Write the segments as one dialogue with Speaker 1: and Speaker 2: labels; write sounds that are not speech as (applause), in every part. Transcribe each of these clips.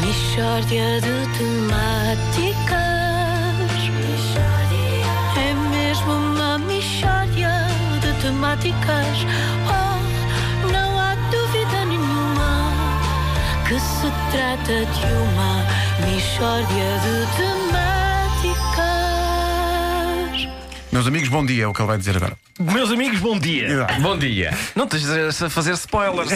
Speaker 1: Mistória de temáticas. É mesmo uma mistória de temáticas. Oh, não há dúvida nenhuma que se trata de uma mistória de temáticas.
Speaker 2: Meus amigos, bom dia, é o que ele vai dizer agora.
Speaker 3: Meus amigos, bom dia.
Speaker 4: Bom dia.
Speaker 3: Não tens a fazer spoilers.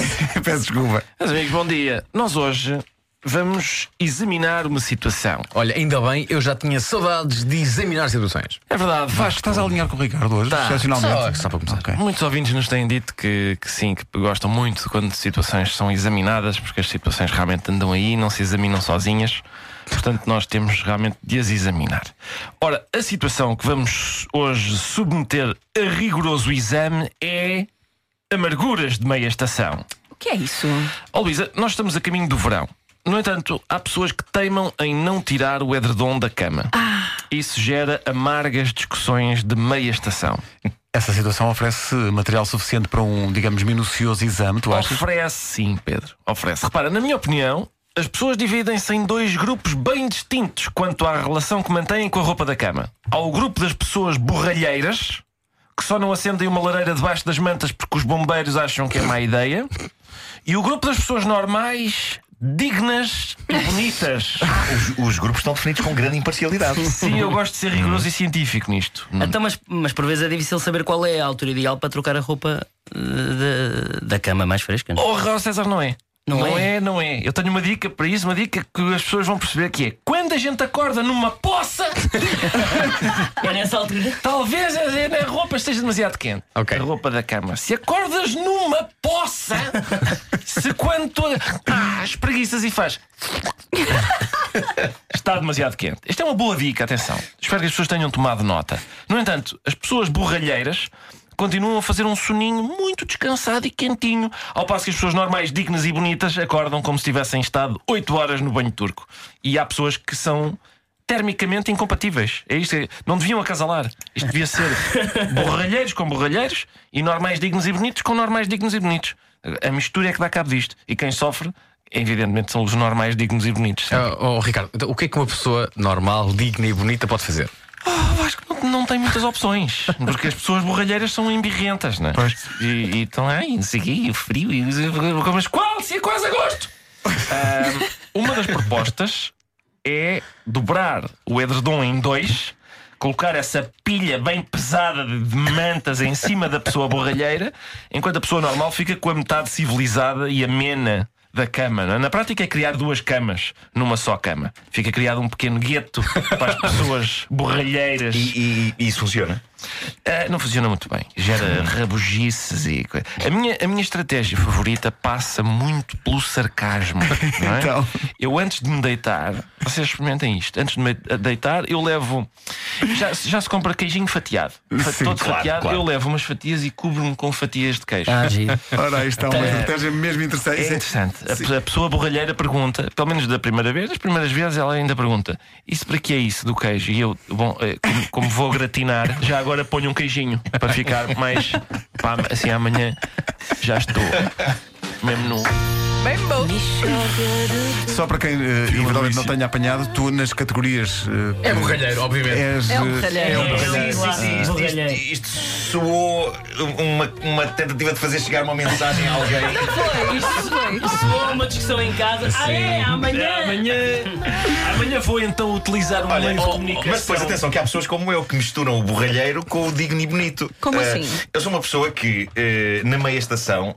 Speaker 2: Peço desculpa.
Speaker 3: Meus amigos, bom dia. Nós hoje vamos examinar uma situação.
Speaker 4: Olha, ainda bem, eu já tinha saudades de examinar situações.
Speaker 3: É verdade,
Speaker 2: Vasco,
Speaker 3: Vasco.
Speaker 2: estás a alinhar com o Ricardo hoje,
Speaker 3: Tá.
Speaker 4: Só,
Speaker 2: excepcionalmente.
Speaker 4: só para começar.
Speaker 2: Ok.
Speaker 3: Muitos ouvintes nos têm dito que, que sim, que gostam muito quando situações são examinadas, porque as situações realmente andam aí, não se examinam sozinhas. Portanto, nós temos realmente de as examinar. Ora, a situação que vamos hoje submeter a rigoroso exame é amarguras de meia estação.
Speaker 5: O que é isso?
Speaker 3: Ó Luísa, nós estamos a caminho do verão. No entanto, há pessoas que teimam em não tirar o edredom da cama.
Speaker 5: Ah.
Speaker 3: Isso gera amargas discussões de meia estação.
Speaker 2: Essa situação oferece material suficiente para um, digamos, minucioso exame, tu achas?
Speaker 3: Oferece, sim, Pedro, oferece. Repara, na minha opinião, as pessoas dividem-se em dois grupos bem distintos quanto à relação que mantêm com a roupa da cama. Há o grupo das pessoas borralheiras, que só não acendem uma lareira debaixo das mantas porque os bombeiros acham que é má ideia, e o grupo das pessoas normais, dignas e bonitas.
Speaker 6: (laughs) Os, os grupos estão definidos com grande imparcialidade.
Speaker 3: Sim, eu gosto de ser rigoroso e científico nisto.
Speaker 7: Então, mas, mas por vezes é difícil saber qual é a altura ideal para trocar a roupa eh, da- da cama mais fresca.
Speaker 3: Oh, Raul César, não é?
Speaker 7: Não
Speaker 3: é?
Speaker 7: é?
Speaker 3: não é. Eu tenho uma dica para isso, uma dica que as pessoas vão perceber que é quando a gente acorda numa
Speaker 7: (laughs)
Speaker 3: poça,
Speaker 7: É nessa altura.
Speaker 3: talvez a, a roupa esteja demasiado quente.
Speaker 4: Ok.
Speaker 3: A roupa da cama. Se acordas numa
Speaker 7: (laughs)
Speaker 3: poça, se quando tu ah, espreguiças e faz. Está demasiado quente. Esta é uma boa dica, atenção. Espero que as pessoas tenham tomado nota. No entanto, as pessoas borralheiras continuam a fazer um soninho muito descansado e quentinho, ao passo que as pessoas normais, dignas e bonitas, acordam como se tivessem estado 8 horas no banho turco. E há pessoas que são termicamente incompatíveis. É isto, que- não deviam acasalar. Isto devia ser borralheiros com borralheiros e normais dignos e bonitos com normais dignos e bonitos. A mistura é que dá cabo disto. E quem sofre, evidentemente, são os normais dignos e bonitos.
Speaker 4: Ah, oh, Ricardo, então, o que é que uma pessoa normal, digna e bonita pode fazer?
Speaker 3: Eu acho que não, não tem muitas opções, porque as pessoas borralheiras são embirrentas, não é? E e estão aí, não sei o quê, e o frio, e, mas qual? Se é quase agosto! Ahm, uma das propostas é dobrar o edredom em dois, colocar essa pilha bem pesada de de mantas em cima da pessoa borralheira, enquanto a pessoa normal fica com a metade civilizada e amena da cama. não é? Na prática é criar duas camas numa só cama. Fica criado um pequeno gueto para as pessoas borralheiras.
Speaker 6: E, e- e isso funciona.
Speaker 3: Ah, não funciona muito bem. Gera rabugices e. coi- A minha, a minha estratégia favorita passa muito pelo sarcasmo. não é?
Speaker 2: Então.
Speaker 3: Eu, antes de me deitar, vocês experimentem isto. Antes de me deitar, eu levo. Já, se- já se compra queijinho fatiado. Fa-
Speaker 2: Sim,
Speaker 3: todo
Speaker 6: claro,
Speaker 3: fatiado,
Speaker 6: claro.
Speaker 3: eu levo umas fatias e cubro-me com fatias de queijo.
Speaker 7: Ah, giro.
Speaker 2: Ora, isto é uma estratégia mesmo interessante.
Speaker 3: É
Speaker 2: Isso é-
Speaker 3: interessante. A, pe- a pessoa borralheira pergunta, pelo menos da primeira vez, as primeiras vezes ela ainda pergunta: Isso para que é isso do queijo? E eu, bom, eh, como, como vou gratinar, já agora ponho um queijinho para ficar mais. pá, assim amanhã já estou. Mesmo nu.
Speaker 5: Bem bom.
Speaker 1: Mistória de
Speaker 2: Só para quem eh, eventualmente não tenha apanhado, tu nas categorias. eh,
Speaker 4: É borralheiro, obviamente.
Speaker 2: és,
Speaker 5: É um
Speaker 2: eh,
Speaker 5: borralheiro.
Speaker 2: é um
Speaker 5: É um
Speaker 2: borralheiro.
Speaker 6: Sim, sim, sim, isto, isto- isto soou uma, uma tentativa de fazer chegar uma mensagem a
Speaker 5: (laughs)
Speaker 6: alguém.
Speaker 5: Foi, isto foi.
Speaker 7: Soou uma discussão em casa. Ah, é? Amanhã.
Speaker 3: amanhã vou então utilizar um
Speaker 6: Olha, oh, mas depois atenção que há pessoas como eu que misturam o borralheiro com o digno e bonito.
Speaker 5: Como
Speaker 6: Eh,
Speaker 5: assim?
Speaker 6: Eu sou uma pessoa que eh, na meia estação,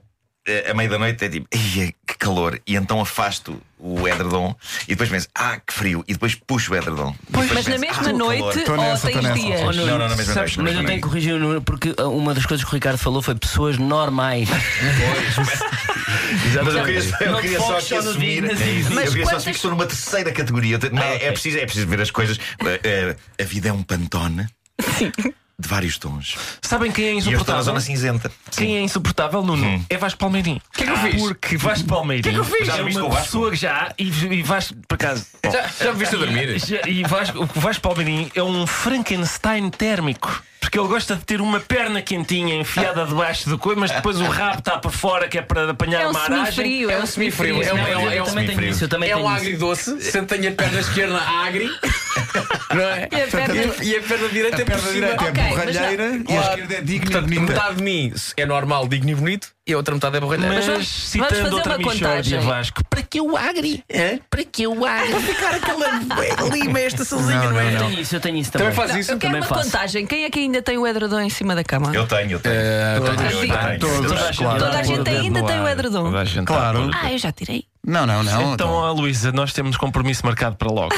Speaker 6: eh, à meia da noite, é tipo, "Ia, que calor, e então afasto o edredom e depois penso, ah, que frio, e depois puxo o edredom. E depois
Speaker 5: Mas na
Speaker 6: penso,
Speaker 5: mesma
Speaker 6: "Ah, que
Speaker 5: noite
Speaker 6: calor."
Speaker 2: Tô
Speaker 5: ou
Speaker 2: nessa, tô
Speaker 5: tens
Speaker 2: nessa.
Speaker 5: dias?
Speaker 7: Oh,
Speaker 6: Não, não, na mesma
Speaker 7: Sabes,
Speaker 6: noite, na
Speaker 7: mas
Speaker 6: mesma
Speaker 7: eu tenho
Speaker 6: noite.
Speaker 7: que corrigir o Nuno porque ah, uma das coisas que o Ricardo falou foi pessoas normais.
Speaker 6: Mas eu queria, eu
Speaker 7: Não te
Speaker 6: queria só
Speaker 7: foques
Speaker 6: aqui
Speaker 7: só no
Speaker 6: assumir.
Speaker 7: digno, sim,
Speaker 6: eu
Speaker 5: Mas
Speaker 6: queria só
Speaker 5: quantas-
Speaker 6: assumir que estou numa terceira categoria.
Speaker 7: Ah,
Speaker 6: Não, é, é preciso, é preciso ver as coisas. Eh, eh, a vida é um pantone de vários tons.
Speaker 3: Sabem quem é
Speaker 6: E eu estou na
Speaker 3: insuportável?
Speaker 6: zona assim, Hum. cinzenta.
Speaker 3: Quem é insuportável, Nuno? É Vasco Palmeirim. O que é que eu fiz? Porque Vasco Palmeirim.
Speaker 6: que eu fiz? Já
Speaker 3: É
Speaker 6: viste
Speaker 3: uma
Speaker 6: o Vasco?
Speaker 3: pessoa que já. E, e Vasco, por acaso. Bom.
Speaker 4: Já, já me viste a dormir?
Speaker 3: E Vasco, o Vasco Palmeirim é um Frankenstein térmico. Porque porque ele gosta de ter uma perna quentinha enfiada debaixo do coi, mas depois o rabo está por fora, que é para apanhar
Speaker 5: É um
Speaker 3: uma aragem.
Speaker 5: semifrio.
Speaker 4: É um semifrio, é um,
Speaker 7: Não,
Speaker 4: é um, é
Speaker 7: eu
Speaker 4: um,
Speaker 7: também tenho
Speaker 6: semifrio.
Speaker 7: isso, eu também
Speaker 4: é um
Speaker 7: tenho isso.
Speaker 4: agridoce, sendo que tenho a perna esquerda agri, não é?
Speaker 5: E a perna-
Speaker 4: E a perna direita é por
Speaker 2: perna
Speaker 4: cima.
Speaker 2: direita
Speaker 5: Ok,
Speaker 2: é
Speaker 5: mas
Speaker 2: borralheira e a
Speaker 4: Claro.
Speaker 2: esquerda é digna e
Speaker 4: Portanto,
Speaker 2: bonita.
Speaker 4: metade de mim é normal, digno e bonito, e a outra metade é borralheira.
Speaker 3: Mas,
Speaker 5: Mas vamos- vamos fazer
Speaker 3: citando outra
Speaker 5: uma
Speaker 3: Michórdia
Speaker 5: contagem.
Speaker 3: Vasco, para que o agri? Para que o agri? Para ficar aquela lima, esta sozinha, não é?
Speaker 7: Eu tenho isso, eu tenho isso também.
Speaker 4: Também faz isso?
Speaker 5: Eu quero
Speaker 7: Também
Speaker 5: uma
Speaker 7: faço.
Speaker 5: contagem. Quem é que ainda tem o edredom em cima da cama?
Speaker 6: Eu tenho, eu tenho.
Speaker 4: Eh,
Speaker 6: Eu
Speaker 4: tenho-
Speaker 6: tenho, eu
Speaker 5: Assim.
Speaker 6: tenho.
Speaker 2: Todos,
Speaker 6: Eu tenho.
Speaker 2: claro.
Speaker 5: Toda a gente ainda tem o edredom.
Speaker 3: Toda a gente está
Speaker 2: Claro.
Speaker 3: a pôr.
Speaker 1: Ah, eu já tirei.
Speaker 2: Não, então, não, não.
Speaker 3: Então, ó, Luísa, nós temos compromisso marcado para logo.